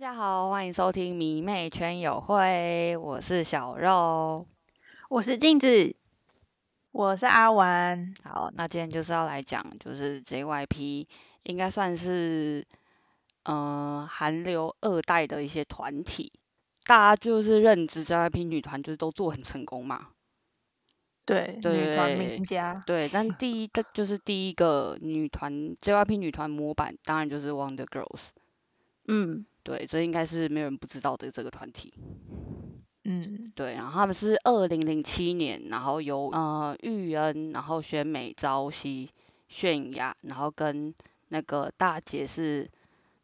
家好，欢迎收听迷妹圈友会，我是小肉。我是镜子，我是阿丸，好，那今天就是要来讲，就是 JYP 应该算是嗯、呃韩流二代的一些团体，大家就是认知 JYP 女团就是都做很成功嘛，对，女团名家，对，但第一的就是第一个女团 JYP 女团模板，当然就是 Wonder Girls，嗯，对，这应该是没有人不知道的这个团体。嗯，对，然后他们是二零零七年，然后由呃玉恩，然后选美、朝夕、泫雅，然后跟那个大姐是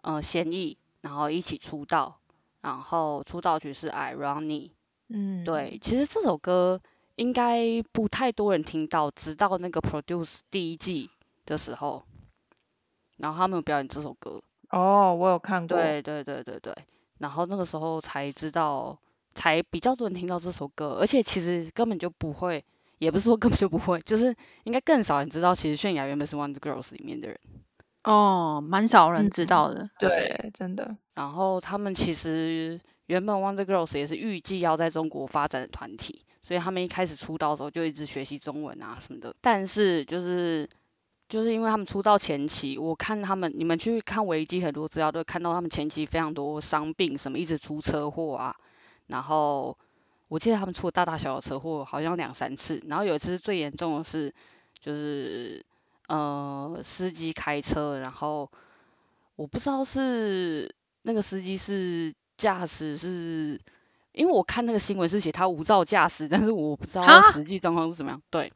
呃贤艺，然后一起出道，然后出道曲是《Irony》。嗯，对，，其实这首歌应该不太多人听到，直到那个 Produce 第一季的时候，然后他们有表演这首歌。哦，我有看过，对对对对对，然后那个时候才知道，才比较多人听到这首歌，而且其实根本就不会，也不是说根本就不会，就是应该更少人知道，其实泫雅原本是 Wonder Girls 里面的人，哦，蛮少人知嗯道的，对，真的，然后他们其实原本 Wonder Girls 也是预计要在中国发展的团体，所以他们一开始出道的时候就一直学习中文啊什么的，但是就是。就是因为他们出道前期，我看他们，你们去看维基很多资料，都会看到他们前期非常多伤病，什么一直出车祸啊，然后我记得他们出了大大小小车祸，好像两三次，然后有一次最严重的是，就是呃司机开车，然后我不知道是那个司机是驾驶是，因为我看那个新闻是写他无照驾驶，但是我不知道他哈实际状况是怎么样。对，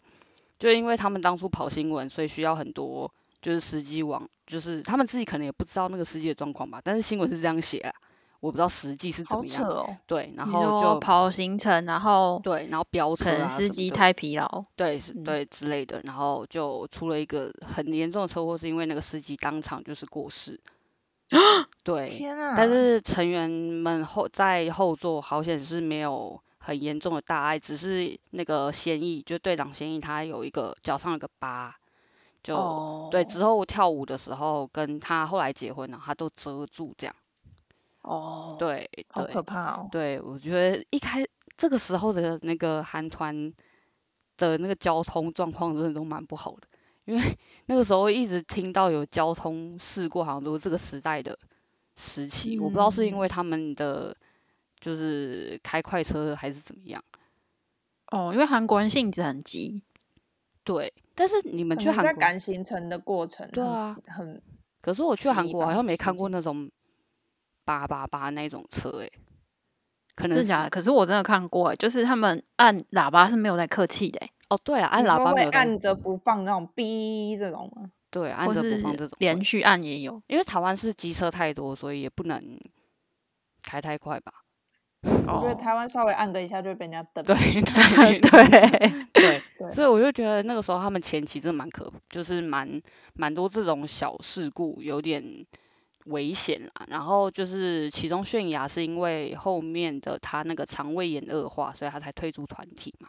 就因为他们当初跑新闻，所以需要很多就是司机网，就是他们自己可能也不知道那个司机的状况吧，但是新闻是这样写啊，我不知道实际是怎好么扯样。哦，对，然你后说就跑行程，然后对，然后飙车可啊能什司么机的太疲劳，对是嗯对之类的，然后就出了一个很严重的车祸，是因为那个司机当场就是过 世。对，天啊，但是成员们后在后座好险是没有很严重的大碍，只是那个嫌疑就队长嫌疑他有一个脚上有个疤，就、哦，对之后跳舞的时候跟他后来结婚了，他都遮住这样。哦，对好对可怕哦，对，我觉得一开这个时候的那个韩团的那个交通状况真的都蛮不好的，因为那个时候一直听到有交通事故，好像都是这个时代的时期，我不知道嗯是因为他们的就是开快车还是怎么样。哦，因为韩国人性子很急，对，但是你们可去能在韩国，赶行程的过程，对很啊，很，可是我去迟韩疑国好吧像没时看过间那种八八八那种车诶、可能真的假是的？可是我真的看过欸，就是他们按喇叭是没有在客气的欸，哦，对啊，按你喇说叭没会有在，按着不放那种哔这种吗？对，按或着不是放这种会。连续按也有，因为台湾是机车太多，所以也不能开太快吧？ 我觉得哦，台湾稍微按个一下就会被人家 瞪，对对 对，对，对所以我就觉得那个时候他们前期真的蛮可，就是蛮蛮多这种小事故，有点危险啦。然后就是其中泫雅是因为后面的她那个肠胃炎恶化，所以她才退出团体嘛。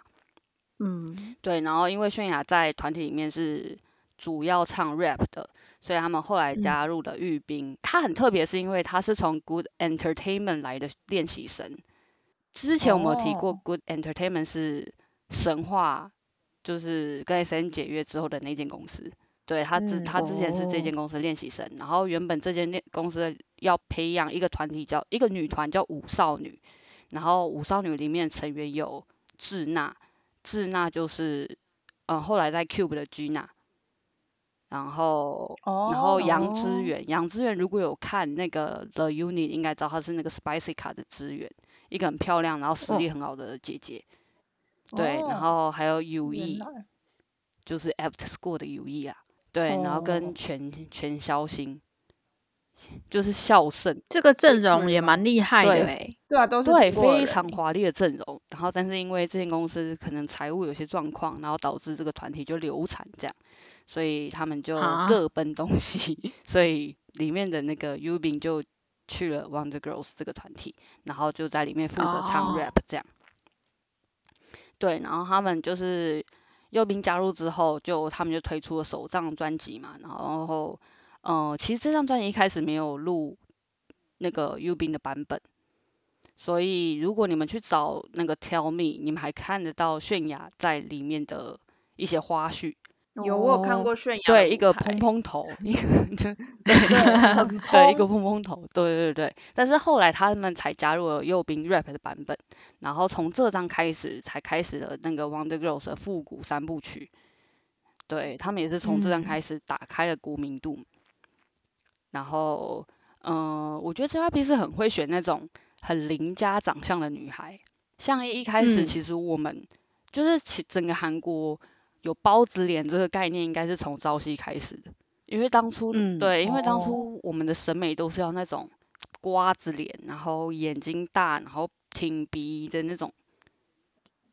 嗯，对，然后因为泫雅在团体里面是主要唱 rap 的，所以他们后来嗯加入了玉冰。他很特别，是因为他是从 Good Entertainment 来的练习生。之前我们有提过哦，Good Entertainment 是神话，就是跟 S N 解约之后的那间公司。对他之嗯他之前是这哦间公司的练习生，然后原本这间练公司的要培养一个团体叫一个女团叫舞少女，然后舞少女里面成员有智娜，智娜就是嗯后来在 Cube 的 Gina，然后哦，然后杨哦之源，杨之源如果有看那个 The Unit，应该知道她是那个 Spicy 卡的资源，一个很漂亮，然后实哦力很好的姐姐。对，哦然后还有 U 原 E，来就是 After School 的 U E 啊。对，然后跟哦全全肖星，就是孝胜，这个阵容人也蛮厉害的对哎，对啊，都是对，听过的非人常华丽的阵容。然后，但是因为这间公司可能财务有些状况，然后导致这个团体就流产这样，所以他们就啊各奔东西。 所以里面的那个 u b i n 就去了 Wonder Girls 这个团体，然后就在里面负责唱哦 rap 这样。对，然后他们就是右斌加入之后，就他们就推出了首张专辑嘛，然后，嗯、呃，其实这张专辑一开始没有录那个 u b i n 的版本。所以如果你们去找那个 Tell Me，你们还看得到泫雅在里面的一些花絮。有我有看哦过泫雅的对，舞一个台蓬蓬 头，一个 就对很对一个蓬蓬蓬头，对对对。但是后来他们才加入了右兵 rap 的版本，然后从这张开始才开始了那个 Wonder Girls 的复古三部曲。对他们也是从这张嗯开始打开了国民度。然后，嗯、我觉得 JYP 是很会选那种很邻家长相的女孩。像一开始，嗯其实我们、就是其整个韩国有包子脸这个概念，应该是从朝夕开始的，因为当初、嗯对，因为当哦初我们的审美都是要那种瓜子脸，然后眼睛大，然后挺鼻的那种，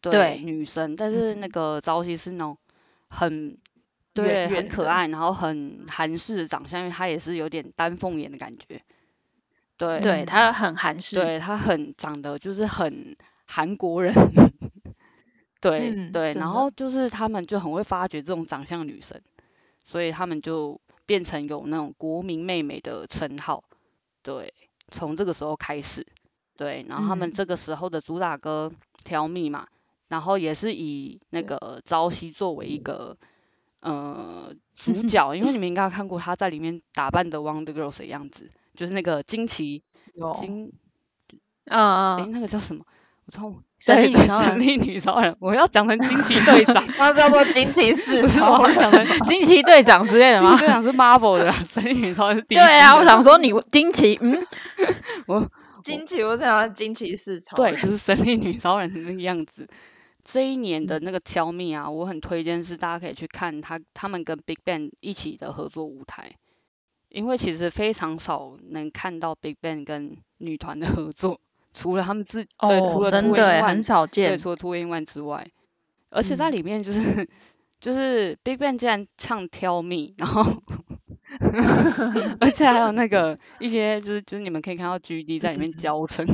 对对女生，但是那个朝夕是那种很对圆很圆可的爱，然后很韩式的长相，因为她也是有点丹凤眼的感觉，对嗯对他很韩式，对他很长得就是很韩国人，对、嗯对，真然的后就是他们就很会发掘这种长相女生，所以他们就变成有那种国民妹妹的称号，对，从这个时候开始，对，然后他们嗯这个时候的主打歌《Tell Me》嘛，然后也是以那个朝夕作为一个。呃，主角，因为你们应该有看过她在里面打扮的 Wonder Girls 的样子，就是那个惊奇有惊嗯哎、嗯，那个叫什么？我突然忘神对力对女超神人，力女超人，我要讲成惊奇队长，那叫做惊奇 四超我讲成惊奇队长之类的惊吗奇？队长是 Marvel 的啦，神力女超人是 DC 对啊，我的想说你惊奇，嗯，惊奇，我想要惊奇四超对， 人就是神力女超人的那个样子。这一年的那个《Tell Me》啊，我很推荐是大家可以去看他他们跟 Big Bang 一起的合作舞台，因为其实非常少能看到 Big Bang 跟女团的合作，除了他们自对除了哦真 2in1 的耶很少对，见， 除了 Two in One 之外，而且在嗯里面就是、就是 Big Bang 竟然唱 Tell Me，然后而且还有那个一些就是就是你们可以看到 GD 在里 面娇嗔，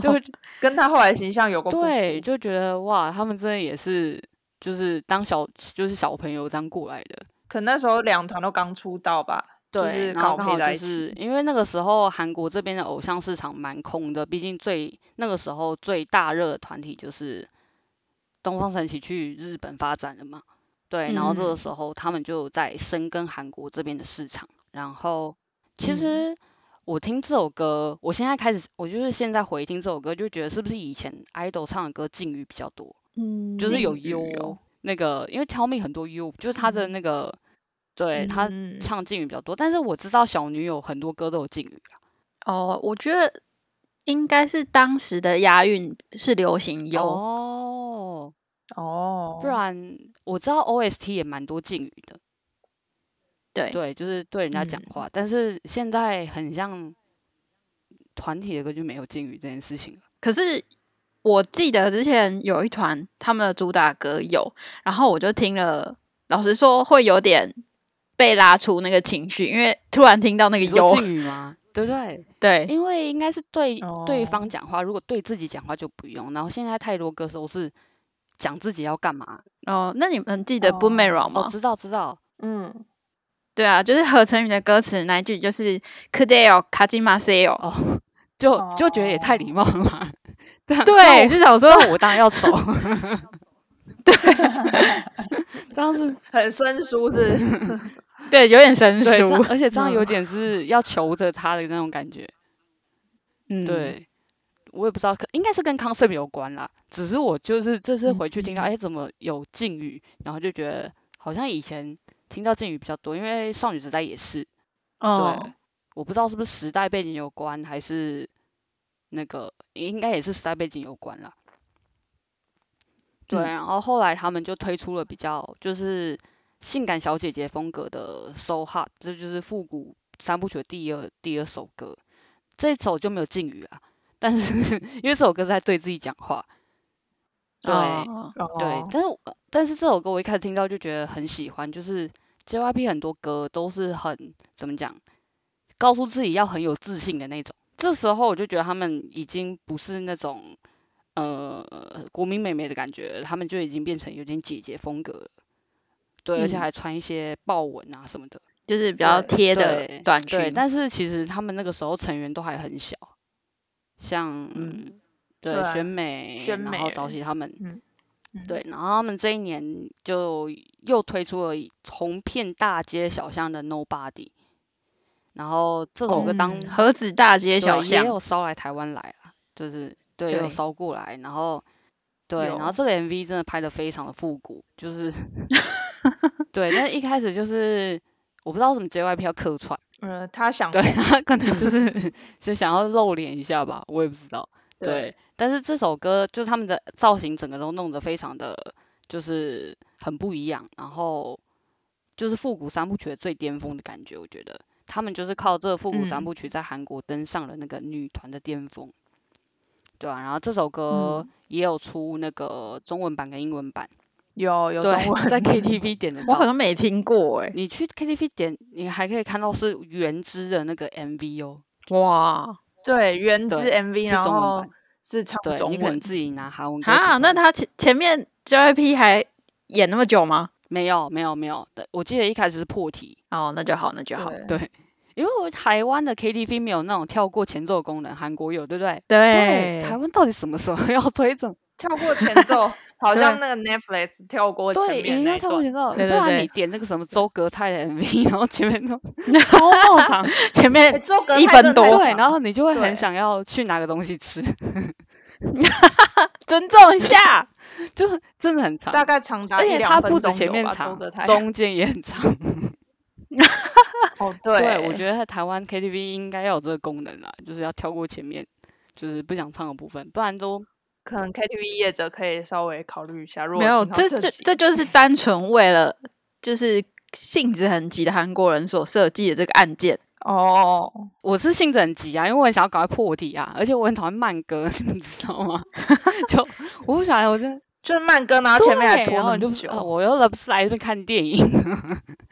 就会跟他后来形象有过不对符就觉得哇，他们真的也是就是当小就是小朋友这样过来的。可能那时候两团都刚出道吧，就对，是然后搞刚配好在就一是起，因为那个时候韩国这边的偶像市场蛮空的，毕竟最那个时候最大热的团体就是东方神起去日本发展了嘛。对，然后这个嗯时候他们就在深耕韩国这边的市场。然后嗯其实我听这首歌，我现在开始，我就是现在回听这首歌，就觉得是不是以前 idol 唱的歌敬语比较多？嗯就是有敬语优、哦那个，因为 Tell Me 很多优，就是他的那个，对他嗯唱敬语比较多，但是我知道小女友很多歌都有敬语啊，哦，我觉得应该是当时的押韵是流行有，哦，哦，不然我知道 OST 也蛮多敬语的，对，对，就是对人家讲话，但是现在很像团体的歌就没有敬语这件事情了，可是我记得之前有一团他们的主打歌有，然后我就听了，老实说会有点被拉出那个情绪，因为突然听到那个你说有，敬语吗？对不对？对，因为应该是对对哦方讲话，如果对自己讲话就不用，然后现在太多歌手是讲自己要干嘛，哦，那你们记得哦 Boomerang 吗？哦，知道知道。嗯，对啊，就是合成语的歌词那一句就是 “kudeo kajima seo”，哦，就就觉得也太礼哦貌了嘛。 对啊，对，就想 说那我那我当然要走。对，这样子很生疏是不是 对，有点生对，这样疏，而且这样有点是要求着他的那种感觉。嗯，对，我也不知道，可应该是跟 concept 有关啦。只是我就是这次回去听到，哎、怎么有敬语，然后就觉得好像以前听到敬语比较多，因为少女时代也是。对哦，，我不知道是不是时代背景有关，还是那个应该也是时代背景有关啦。对，嗯然后后来他们就推出了比较就是性感小姐姐风格的《So Hot》，这就是复古三部曲的第二第二首歌。这首就没有敬语啊，但是 因为这首歌是在对自己讲话，对哦，对哦，但是我但是这首歌我一开始听到就觉得很喜欢，就是 JYP 很多歌都是很怎么讲，告诉自己要很有自信的那种。这时候我就觉得他们已经不是那种呃国民妹妹的感觉了，他们就已经变成有点姐姐风格了。对，而且嗯还穿一些豹纹啊什么的。就是比较对贴的对短对，裙。但是其实他们那个时候成员都还很小，像嗯对对啊选美，选然后美早期他们嗯嗯对，然后他们这一年就又推出了一红遍大街小巷的 Nobody，然后这首歌嗯当、盒子大街对小巷也，有烧来台湾来了，就是对有对烧过来，然后对，然后有这个 MV 真的拍的非常的复古，就是对，但是一开始就是我不知道为什么 JYP 要客串，嗯，他想对 他可能就是就想要露脸一下吧，我也不知道。对，但是这首歌就是他们的造型整个都弄得非常的就是很不一样，然后就是复古三部曲的最巅峰的感觉，我觉得他们就是靠这复古三嗯部曲在韩国登上了那个女团的巅峰，对啊，然后这首歌嗯也有出那个中文版跟英文版，有有中对，文在 KTV 点的，我好像没听过哎、你去 KTV 点，你还可以看到是原汁的那个 MV 哦，哇对原汁对 MV，是然中文后版。是唱对中你可能文，自己拿韩文歌去啊！那翻他前前面 JYP 还演那么久吗？没有没有没有的，我记得一开始是破题，哦，那就好，那就好。对因为我台湾的 KTV 没有那种跳过前奏的功能，韩国有对不对？对，台湾到底什么时候要 推这种？跳过前 奏，好对像那个 Netflix 跳过前对，一面定那要一跳过段，前奏，对对不然对你点那个什么周格泰的 MV，然后 前面都超爆长，前哎，面周格一泰分真的多太对，长然后你就会很对想要去拿个东西吃，尊重一下，就是真的很长，大概长达而一且两它不分止钟前有面吧，周长格泰，。中间也很长。哦，对，我觉得在台湾 KTV 应该要有这个功能啦，就是要跳过前面，就是不想唱的部分，不然都可能 KTV 业者可以稍微考虑一下。如果没有，听到这这这集这就是单纯为了就是性子很急的韩国人所设计的这个案件。哦，我是性子很急啊，因为我很想要赶快破题啊，而且我很讨厌慢歌， 你们知道吗？就我不想，我 真的就是慢歌，然后前面还对拖然后那你就么是久，呃我又来不是来这边看电 影，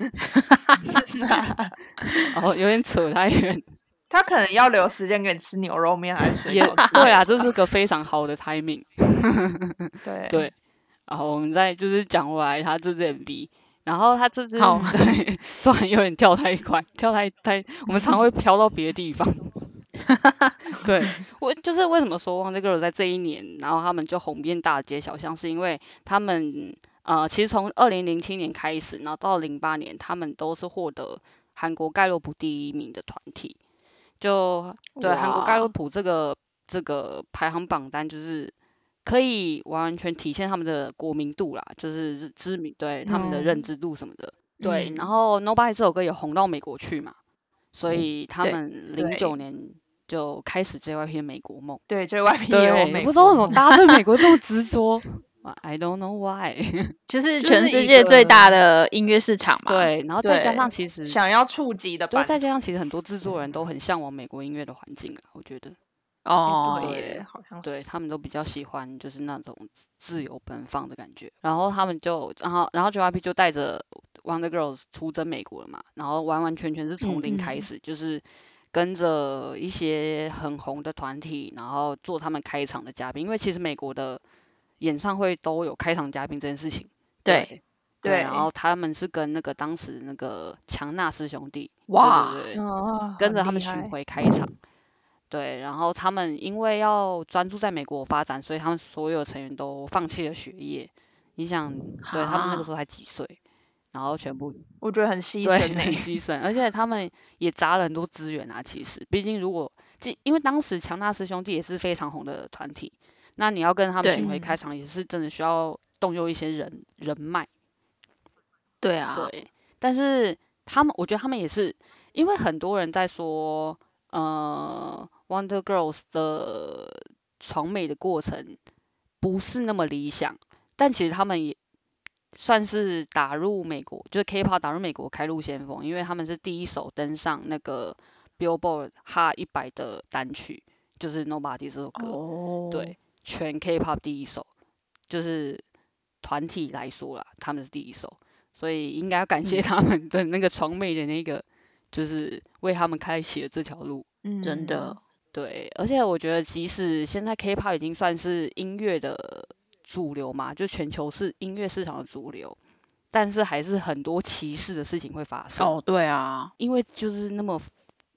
然后有点扯太 远。他可能要留时间给你吃牛肉面还是水也饺之类的？对啊，这是个非常好的 timing。对对然后我们再就是讲回来他这支 MV，然后他这支好对， 突然有点跳太快，跳太太，我们常会飘到别的地 方。对我就是为什么说 One d Girl 在这一年，然后他们就红遍大街小巷，是因为他们呃，其实从二零零七年开始，然后到零八年，他们都是获得韩国盖洛普第一名的团体。就对韩国盖洛哇普这个这个排行榜单，就是可以完完全体现他们的国民度啦，就是知知名对他们的认嗯知度什么的。对，然嗯后 Nobody 这首歌也红到美国去嘛，所以他对们对零九年就开始 JYP 的美国梦。对，这外面也对，有我美不知道为什国么大家对美国这么执 着。I don't know why。就是就是全一世界个最大的音乐市场嘛，， 对，然后再加对上其实想要触及的对，版再加上其实很多制作人都很向往美国音乐的环境啊，我觉得，哦，对对耶，好像对是他们都比较喜欢就是那种自由奔放的感觉。然后他们就，然后然后 JYP 就带着 Wonder Girls 出征美国了嘛，然后完完全全是从嗯零开嗯始，就是跟着一些很红的团体，然后做他们开场的嘉宾，因为其实美国的演唱会都有开场嘉宾这件事情。对，对，对然后他们是跟那个当时那个强纳斯兄弟，对哇对对哦，跟很着他们厉巡害回开场。对，然后他们因为要专注在美国发展，所以他们所有成员都放弃了学业。你想，对他们那个啊时候才几岁，然后全部我觉得很牺对牲很 呢。 牺牲，而且他们也砸了很多资源啊。其实，毕竟如果，即因为当时强纳斯兄弟也是非常红的团体，那你要跟他们对巡回开嗯场，也是真的需要动用一些人人脉。对啊，对，但是他们，我觉得他们也是，因为很多人在说，呃，Wonder Girls 的闯美的过程不是那么理想，但其实他们也算是打入美国，就是 K-pop 打入美国开路先锋，因为他们是第一首登上那个 Billboard Hot 一百的单曲，就是《Nobody》这首歌。哦，对，全 K-pop 第一首，就是团体来说啦，他们是第一首，所以应该要感谢他们的那个床妹的那个，就是为他们开启了这条路。嗯真的，对，而且我觉得即使现在 K-pop 已经算是音乐的主流嘛，就全球市音乐市场的主流，但是还是很多歧视的事情会发生。哦，对啊，因为就是那么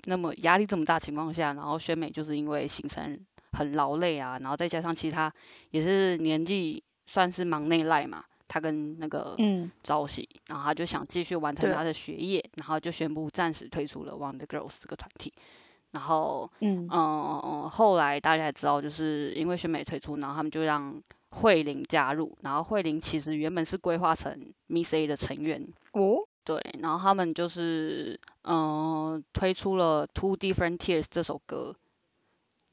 那么压力这么大情况下，然后选美就是因为行程很劳累啊，然后再加上其他也是年纪算是忙内赖嘛，他跟那个嗯，朝夕，然后他就想继续完成对他的学业，然后就宣布暂时退出了 Wonder Girls 这个团体。然后，嗯嗯，后来大家也知道，就是因为选美退出，然后他们就让慧玲加入。然后慧玲其实原本是规划成 Miss A 的成员，哦，对，然后他们就是嗯、呃推出了《Two Different Tears》这首歌，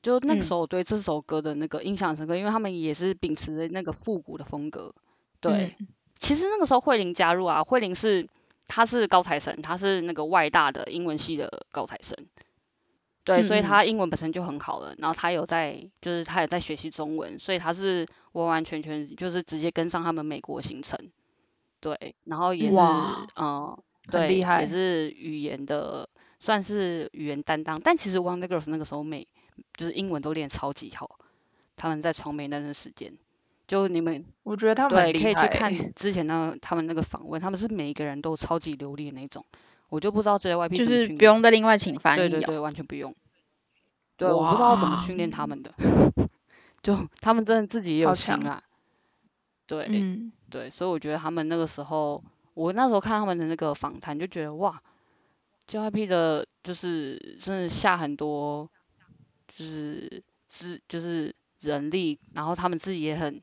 就那个嗯时候我对这首歌的那个印象很深刻，因为他们也是秉持着那个复古的风格。对，嗯其实那个时候慧玲加入啊，慧玲是她是高材生，她是那个外大的英文系的高材生。对，所以嗯嗯她英文本身就很好了，然后她有在，就是她有在学习中文，所以她是完完全全就是直接跟上他们美国行程，对，然后也是哇嗯，很对，厉害也是语言的，算是语言担当。但其实 Wonder Girls 那个时候美，就是英文都练超级好，他们在传媒那段时间，就你们我觉得他们对很可厉以去害。欸看之前那他们那个访问，他们是每一个人都超级流利的那种，我就不知道 JYP 就怎么是训不练用再另外请翻对译对哦。对，啊完全不用。对，我不知道怎么哇训练他们的， 就他们真的自己也有好心强啊。对，嗯，对，所以我觉得他们那个时候，我那时候看他们的那个访谈，就觉得哇，JYP 的，就是真的下很多，就是资就是人力，然后他们自己也很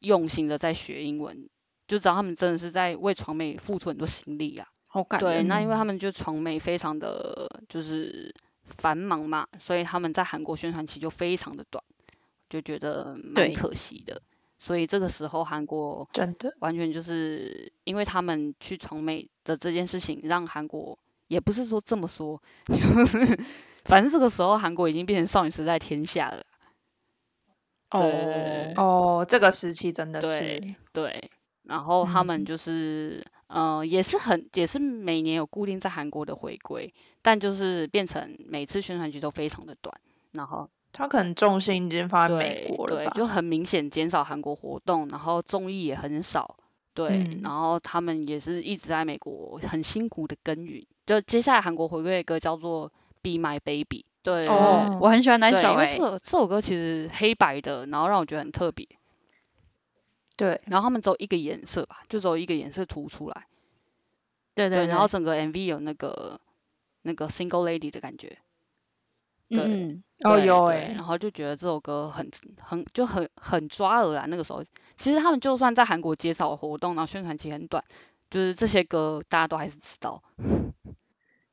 用心的在学英文，就知道他们真的是在为传媒付出很多心力啊。好感对，人那哦因为他们就传媒非常的就是繁忙嘛，所以他们在韩国宣传期就非常的短，就觉得蛮对可惜的。所以这个时候韩国真的，完全就是因为他们去闯美的这件事情，让韩国也不是说这么说， 就是反正这个时候韩国已经变成少女时代天下了。对哦，哦，这个时期真的对是，对，然后他们嗯就是、呃也是很也是每年有固定在韩国的回归，但就是变成每次宣传期都非常的短，然后他可能重心已经放在美对国了对，吧？就很明显减少韩国活动，然后综艺也很少，对，嗯然后他们也是一直在美国很辛苦的耕耘。就接下来韩国回归的歌叫做《Be My Baby》，对，哦我很喜欢那对，首因为哎这，首这首歌其实黑白的，然后让我觉得很特别，对，然后他们只有一个颜色吧，就只有一个颜色涂出来，对对，对，然后整个 MV 有那个那个 Single Lady 的感觉，对嗯，哦对有对哎然，后就觉得这首歌很很就很很抓耳啦。啊那个时候，其实他们就算在韩国减少活动，然后宣传期很短，就是这些歌大家都还是知道。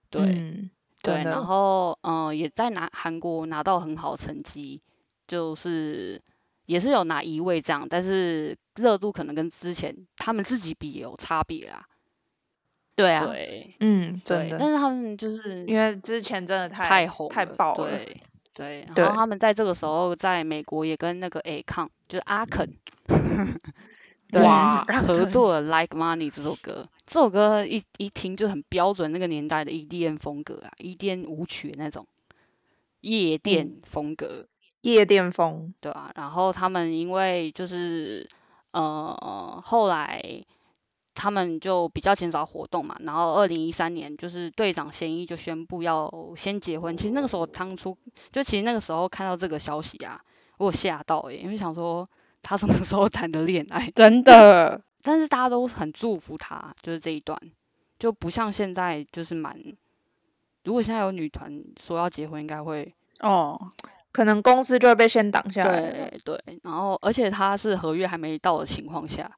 对、嗯，对，真的然，后嗯、呃也在拿韩国拿到很好的成绩，就是也是有拿一位这样，但是热度可能跟之前他们自己比也有差别啦。对啊，对，嗯，真对，但的，是他们就是因为之前真的太太红太了爆了，对对。 对然后他们在这个时候在美国也跟那个 A 抗，就是阿 肯，对哇，合作了《Like Money》这首歌。这首歌一一听就很标准那个年代的 EDM 风格啊，EDM 舞曲那种夜嗯店风格。夜店风，对啊，然后他们因为就是呃后来他们就比较减少活动嘛，然后二零一三年就是队长贤一就宣布要先结婚。其实那个时候当初就其实那个时候看到这个消息啊，我有吓到耶、因为想说他什么时候谈的恋爱？ 真的，但是大家都很祝福他，啊就是这一段，就不像现在就是蛮，如果现在有女团说要结婚，应该会哦，可能公司就会被先挡下来了，对对，然后而且他是合约还没到的情况下，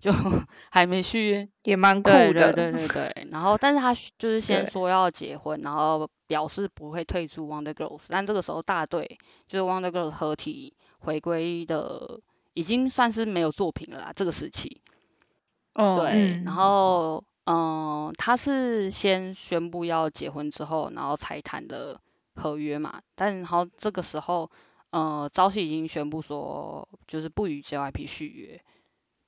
就 还没续约。也蛮酷对对的，对对对。然后，但是他是就是先对说要结婚，然后表示不会退出 Wonder Girls，但这个时候大队就是 Wonder Girls 合体回归的，已经算是没有作品了啦，这个时期。哦，对，嗯然后嗯，他是先宣布要结婚之后，然后才谈的合约嘛。但然后这个时候，呃，朝夕已经宣布说，就是不与 JYP 续约。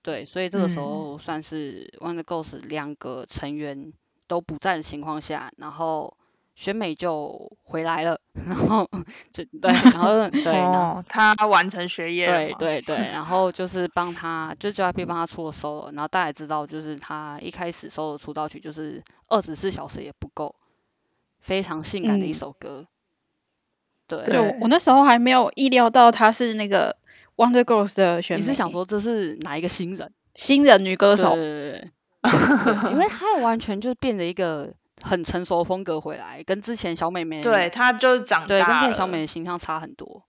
对，所以这个时嗯候算是 Wonder Girls 两个成员都不在的情况下，然后选美就回来了，然后 就对，然后 对，然后哦，他完成学业了对吗，对对，然后就是帮他，就 JYP 帮他出了 solo，然后大家也知道，就是他一开始 solo 出道曲就是二十四小时也不够，非常性感的一嗯首歌。对，对我我那时候还没有意料到她是那个 Wonder Girls 的选你美，是想说这是哪一个新人？新人女歌对手？对对对对，因为他也完全就是变得一个很成熟的风格回来，跟之前小美美对，他就是长对跟之大前了，小美的形象差很多。嗯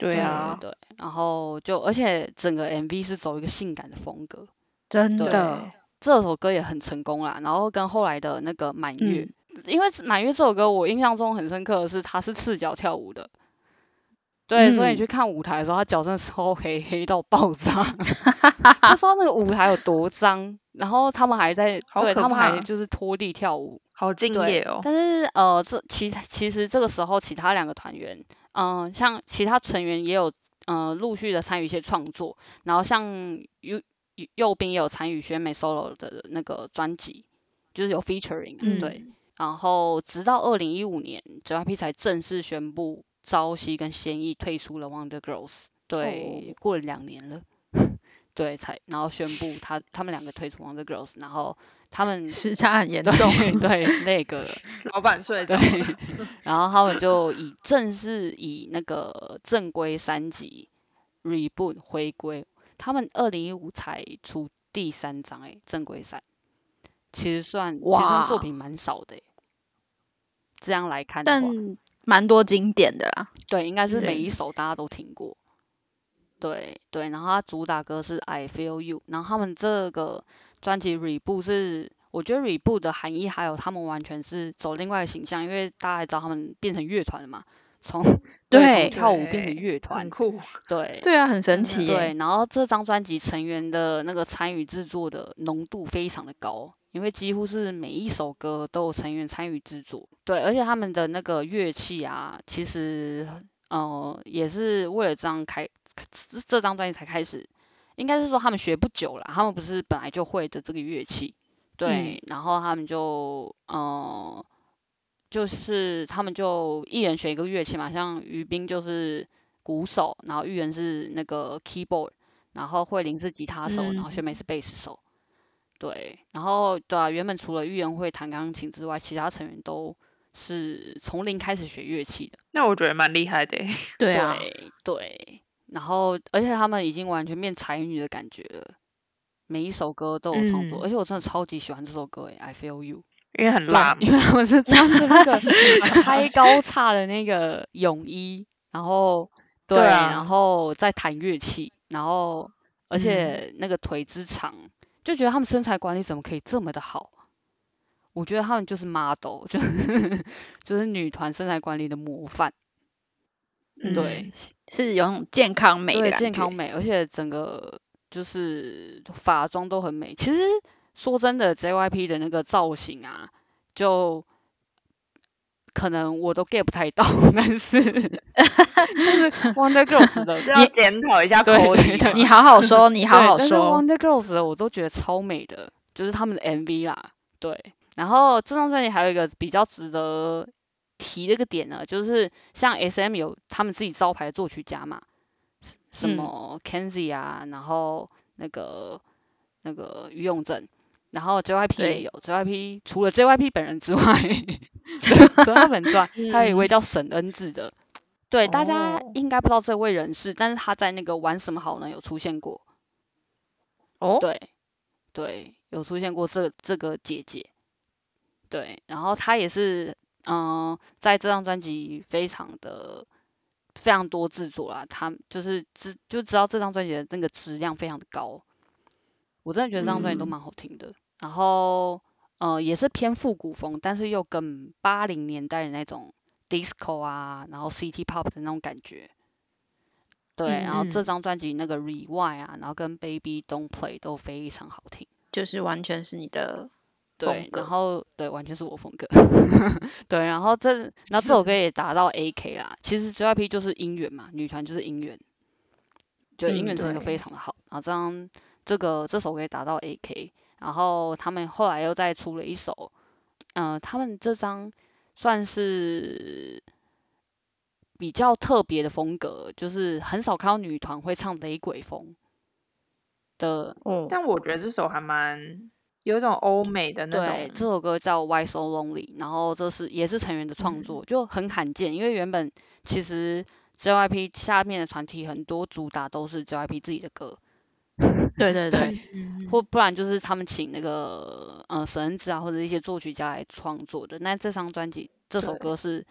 对啊，对，然后就而且整个 MV 是走一个性感的风格，真对的，这首歌也很成功啦，然后跟后来的那个满月，嗯因为满月这首歌我印象中很深刻的是它是赤脚跳舞的，对，所以你嗯去看舞台的时候，他脚真的超黑，黑到爆 炸，他知道那个舞台有多脏，然后他们还在，好对可他们还怕就是拖地跳舞，好敬对业哦。但是呃，这其他其实这个时候其他两个团员，嗯、像其他成员也有呃陆续的参与一些创作，然后像右右右边也有参与选美 solo 的那个专辑，就是有 featuring，、对。嗯然后直到二零一五年，JYP 才正式宣布朝夕跟仙艺退出了 Wonder Girls，对，过了两年了。 对，才然后宣布他他们两个退出 Wonder Girls，然后他 们时差很严嗯对重。 对那个老板睡着对，然后他们就以正式以那个正规三级 reboot 回归，他们二零一五才出第三张诶、正规三，其实算其实算作哇品蛮少的、欸，这样来看的但话，蛮多经典的啦。对，应该是每对一首大家都听过。对对，然后他主打歌是《I Feel You》，然后他们这个专辑 Reboot 是，我觉得 Reboot 的含义还有他们完全是走另外一个形象，因为大家还知道他们变成乐团了嘛，从对从跳舞变成对乐团很，酷，对对啊，很神奇耶、对，然后这张专辑成员的那个参与制作的浓度非常的高，因为几乎是每一首歌都有成员参与制作。对，而且他们的那个乐器啊，其实呃也是为了这张开这这张专辑才开始，应该是说他们学不久啦，他们不是本来就会的这个乐器。对，然后他们就呃。就是他们就一人学一个乐器嘛，像于斌就是鼓手，然后玉人是那个 keyboard，然后慧玲是吉他手，然后嗯雪美是贝斯手。对，然后对啊，原本除了玉人会弹钢琴之外，其他成员都是从零开始学乐器的。那我觉得蛮厉害的欸。对啊，对对，然后而且他们已经完全变才女的感觉了，每一首歌都有创作，嗯而且我真的超级喜欢这首歌诶，I Feel You。因为很辣嘛，因为他们是穿着那个 开高叉的那个泳衣，然后对，对啊嗯然后再弹乐器，然后而且那个腿之长，就觉得他们身材管理怎么可以这么的好？我觉得他们就是 model，就是 就是女团身材管理的模范，嗯对，是有种健康美的对，感觉。健康美，而且整个就是发妆都很美。其实说真的，JYP 的那个造型啊，就可能我都 get 不太到， 但是就是 Wonder Girls 的，就要检讨一下对口对里对你好好说，你好 对好但是说。 Wonder Girls 的我都觉得超美的，就是他们的 MV 啦，对。然后这张专辑还有一个比较值得提的一个点呢，就是像 SM 有他们自己招牌的作曲家嘛，什嗯么 Kenzie 啊，然后那个那个于永正，然后 JYP 也对有 JYP，除了 JYP 本人之外， 除除了他本人之外，还嗯有一位叫沈恩智的。对，大家哦应该不知道这位人士，但是他在那个玩什么好呢有出现过。哦，对，对，有出现过这这个姐姐，对，然后她也是，嗯、在这张专辑非常的非常多制作啦，她就是知就知道这张专辑的那个质量非常的高，我真的觉得这张专辑都嗯蛮好听的，然后呃也是偏复古风，但是又跟八零年代的那种 disco 啊，然后 city pop 的那种感觉。对，然后这嗯张专辑那个 Rewind 啊，然后跟 Baby Don't Play 都非常好听。就是完全是你的对风，然格。后对，完全是我风格。 对，然后这然后这首 歌也达到 AK 啦。其实 JYP 就是姻缘嘛，女团就是姻缘，就姻嗯缘成就非对常的好。然后这张这个这首歌也达到呃 AK，然后他们后来又再出了一首，嗯、他们这张算是比较特别的风格，就是很少看到女团会唱雷鬼风的。哦，但我觉得这首还蛮有一种欧美的那对种，，这首歌叫《Why So Lonely》，然后这是也是成员的创嗯作，就很罕见，因为原本其实 JYP 下面的团体很多主打都是 JYP 自己的歌，对对对，嗯或不然就是他们请那个呃神子啊，或者一些作曲家来创作的。那这张专辑这首对歌是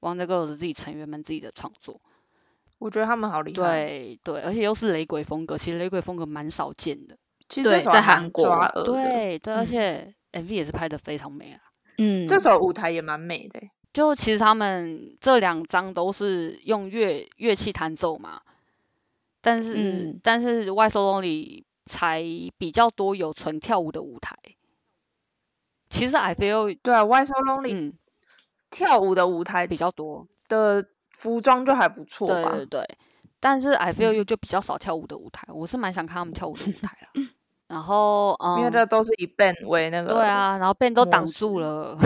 Wonder Girls 自己成员们自己的创作，我觉得他们好厉害。，对对，而且又是雷鬼风格，其实雷鬼风格蛮少见的。其实这对首在还蛮韩国抓耳的，对对，而嗯且 MV 也是拍的非常美啊。嗯，这首舞台也蛮美的欸。就其实他们这两张都是用乐乐器弹奏嘛，但是、嗯但是外收龙里才比较多有纯跳舞的舞台。其实 I feel 对啊，Y So Lonely 嗯跳舞的舞台比较多，的服装就还不错对吧嗯对？对，但是 I feel 又就比较少跳舞的舞台，我是蛮想看他们跳舞的舞台 啦。然后因为嗯，这都是以 band 为那个，对，啊，然后 Ben 都模挡式住了，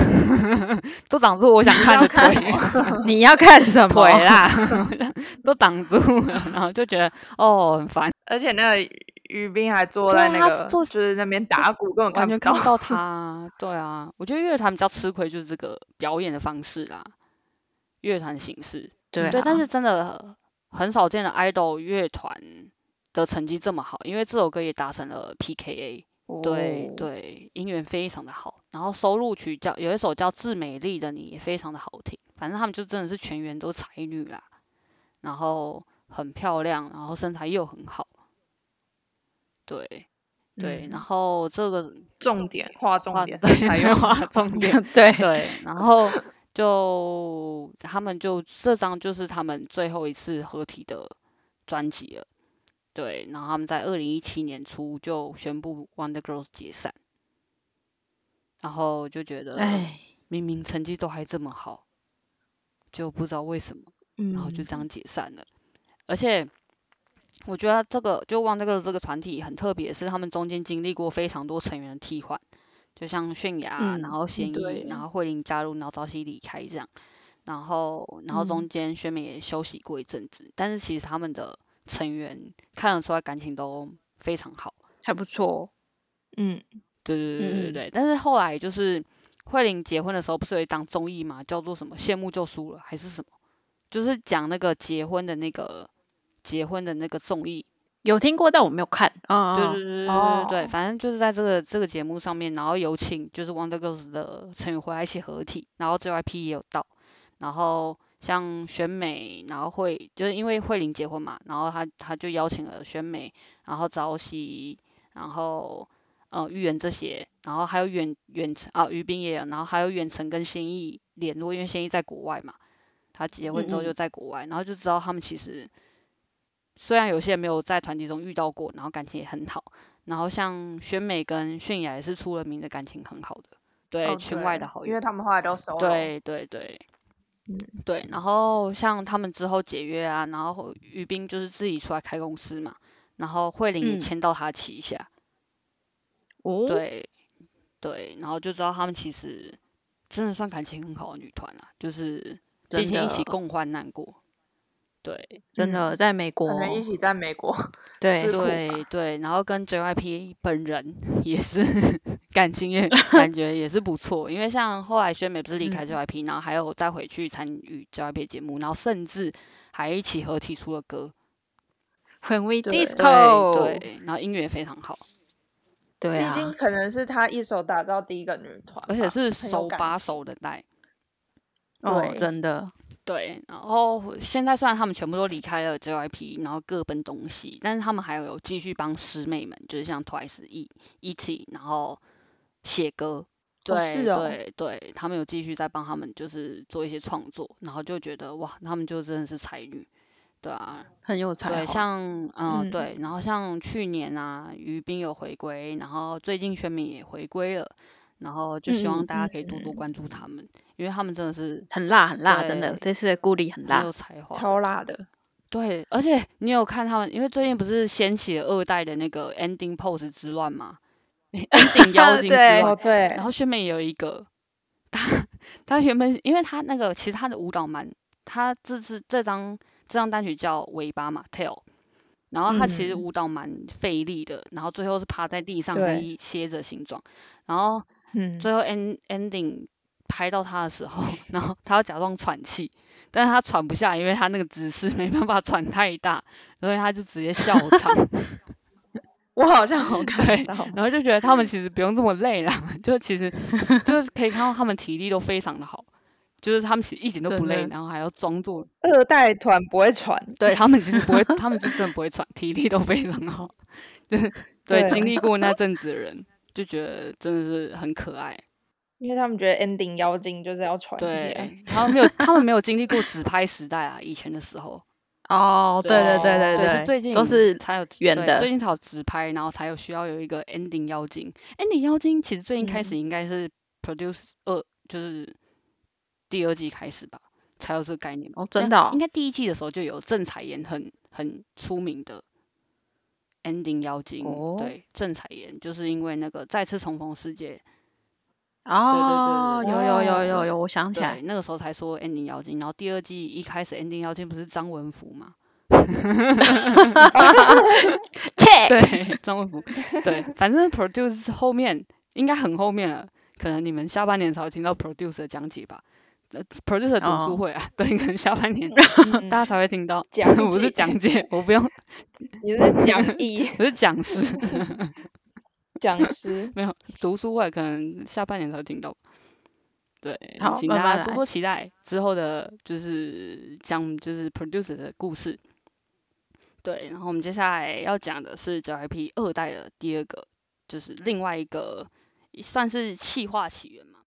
都挡住我想看的看腿。 你要看什么？腿啦， 都挡住了，然后就觉得哦很 烦，而且那个于斌还坐对在啊那他个坐就是那边打鼓，根本完看全不看到。不到他。对啊，我觉得乐团比较吃亏就是这个表演的方式啦，乐团形式。对对，啊但是真的很少见的 idol 乐团的成绩这么好，因为这首歌也达成了 PKA。对哦，对，音源非常的好，然后收录曲叫有一首叫《致美丽的你》也非常的好听，反正他们就真的是全员都才女啦，然后很漂亮，然后身材又很好，对对，嗯然后这个重点画重画点，身材又对好画重点， 对，对，然后就他们就这张就是他们最后一次合体的专辑了，对，然后他们在二零一七年初就宣布 Wonder Girls 解散，然后就觉得哎，明明成绩都还这么好，就不知道为什么，然后就这样解散了，而且。我觉得这个就 Wonder Girls 这个团体很特别，是他们中间经历过非常多成员的替换，就像泫雅，嗯然后贤对一，然后慧玲加入，然后朝夕离开这样，然后然后中间宣美也休息过一阵子，但是其实他们的成员看得出来感情都非常好，还不错。嗯，对对对对对嗯对，但是后来就是慧玲结婚的时候不是有一档综艺嘛，叫做什么羡慕就输了还是什么，就是讲那个结婚的那个结婚的那个综艺，有听过，但我没有看。对对对对嗯，嗯对对对，哦反正就是在这个这个节目上面，然后有请就是 Wonder Girls 的成员回来一起合体，然后 JYP 也有到，然后像选美，然后会就是因为慧玲结婚嘛，然后他他就邀请了选美，然后朝夕，然后呃玉言这些，然后还有远远程啊于斌也有，然后还有远程跟仙艺联络，因为仙艺在国外嘛，他结婚之后嗯嗯就在国外，然后就知道他们其实虽然有些人没有在团体中遇到过，然后感情也很好，然后像宣美跟泫雅也是出了名的感情很好的，对，哦圈外对的好因友为，他们后来都收了。对对对，嗯对，然后像他们之后解约啊，然后于斌就是自己出来开公司嘛，然后慧玲也嗯签到他旗下，哦，对对，然后就知道他们其实真的算感情很好的女团啦、就是真毕竟一起嗯的共患难过，对真的在美国可，能一起在美国，对吃苦吧啊对对，然后跟 JYP 本人 也是 感情 也感觉也是不错，因为像后来宣美不是离开嗯 JYP，、然后还有再回去参与 JYP 的节目，然后甚至还一起合体出了歌， ，When We 对 Disco，对对，然后音乐也非常好，对毕竟啊，可能是他一手打造第一个女团吧，啊而且是很有手感把情手的带。哦，对真的，对，然后现在虽然他们全部都离开了 JYP，然后各奔东西，但是他们还有继续帮师妹们，就是像 Twice、E、E.T，然后写歌。对、是哦对对，他们有继续在帮他们，就是做一些创作，然后就觉得哇，他们就真的是才女，对啊，很有才对，华。像嗯、呃嗯对，然后像去年啊，于斌有回归，然后最近宣敏也回归了，然后就希嗯望嗯大家可以多多关注他们，因为他们真的是很辣，很辣，真的，对这次的顾里很很有辣。才华的，超辣的。对，而且你有看他们，因为最近不是掀起了二代的那个 ending pose 之乱嘛 ，ending 妖精之对乱，哦对然后炫妹也有一个，他他原本因为他那个其实他的舞蹈蛮，他这次这张这张单曲叫尾巴嘛 tail，然后他其实嗯舞蹈蛮费力的，然后最后是趴在地上对跟一歇着形状，然后嗯，最后 end ending 拍到他的时候， 然后他要假装喘气，但是他喘不下来，因为他那个姿势没办法喘太大，所以他就直接笑场，我好像 好对看到，然后就觉得他们其实不用这么累啦， 就其 实就是可以看到他们体力都非常的好，就是他们其实一点都不真的累，然后还要装作二代团不会传，对他们其实不会，他们就真的不会喘，体力都非常好， 就是对对经历 过那阵子的人就觉得真的是很可爱。因为他们觉得 ending 妖精就是要传一啊对，下。他们没有，他们没有经历过纸拍时代啊，以前的时候，哦，对对对 对对，是最近都是才有圆对的最近才有直拍，然后才有需要有一个 ending 妖精。ending 妖精其实最近开始应该是 produce 二、就是第二季开始吧，才有这个概念吧。哦，真那的哦应该第一季的时候就有郑彩妍很很出名的 ending 妖精，哦对，郑彩妍就是因为那个再次重逢世界，哦，对有对有有哦有有，我想起来对，，那个时候才说 ending 妖精，然后第二季一开始 ending 妖精不是张文福吗？切，对，张文福，对，反正 produce 后面应该很后面了，可能你们下半年才会听到 produce 的讲解吧。呃 producer 读哦书会啊对，可能下半年嗯 大家才会听到。讲 我是解讲解，我不用，你是讲义我是讲 师。讲师，没有读书会，可能下半年才会听到。对，好请慢大慢家多来多期待之后的，就是讲就是 producer 的故事。对，然后我们接下来要讲的是 JYP 二代的第二个，就是另外一个算是气化起源嘛。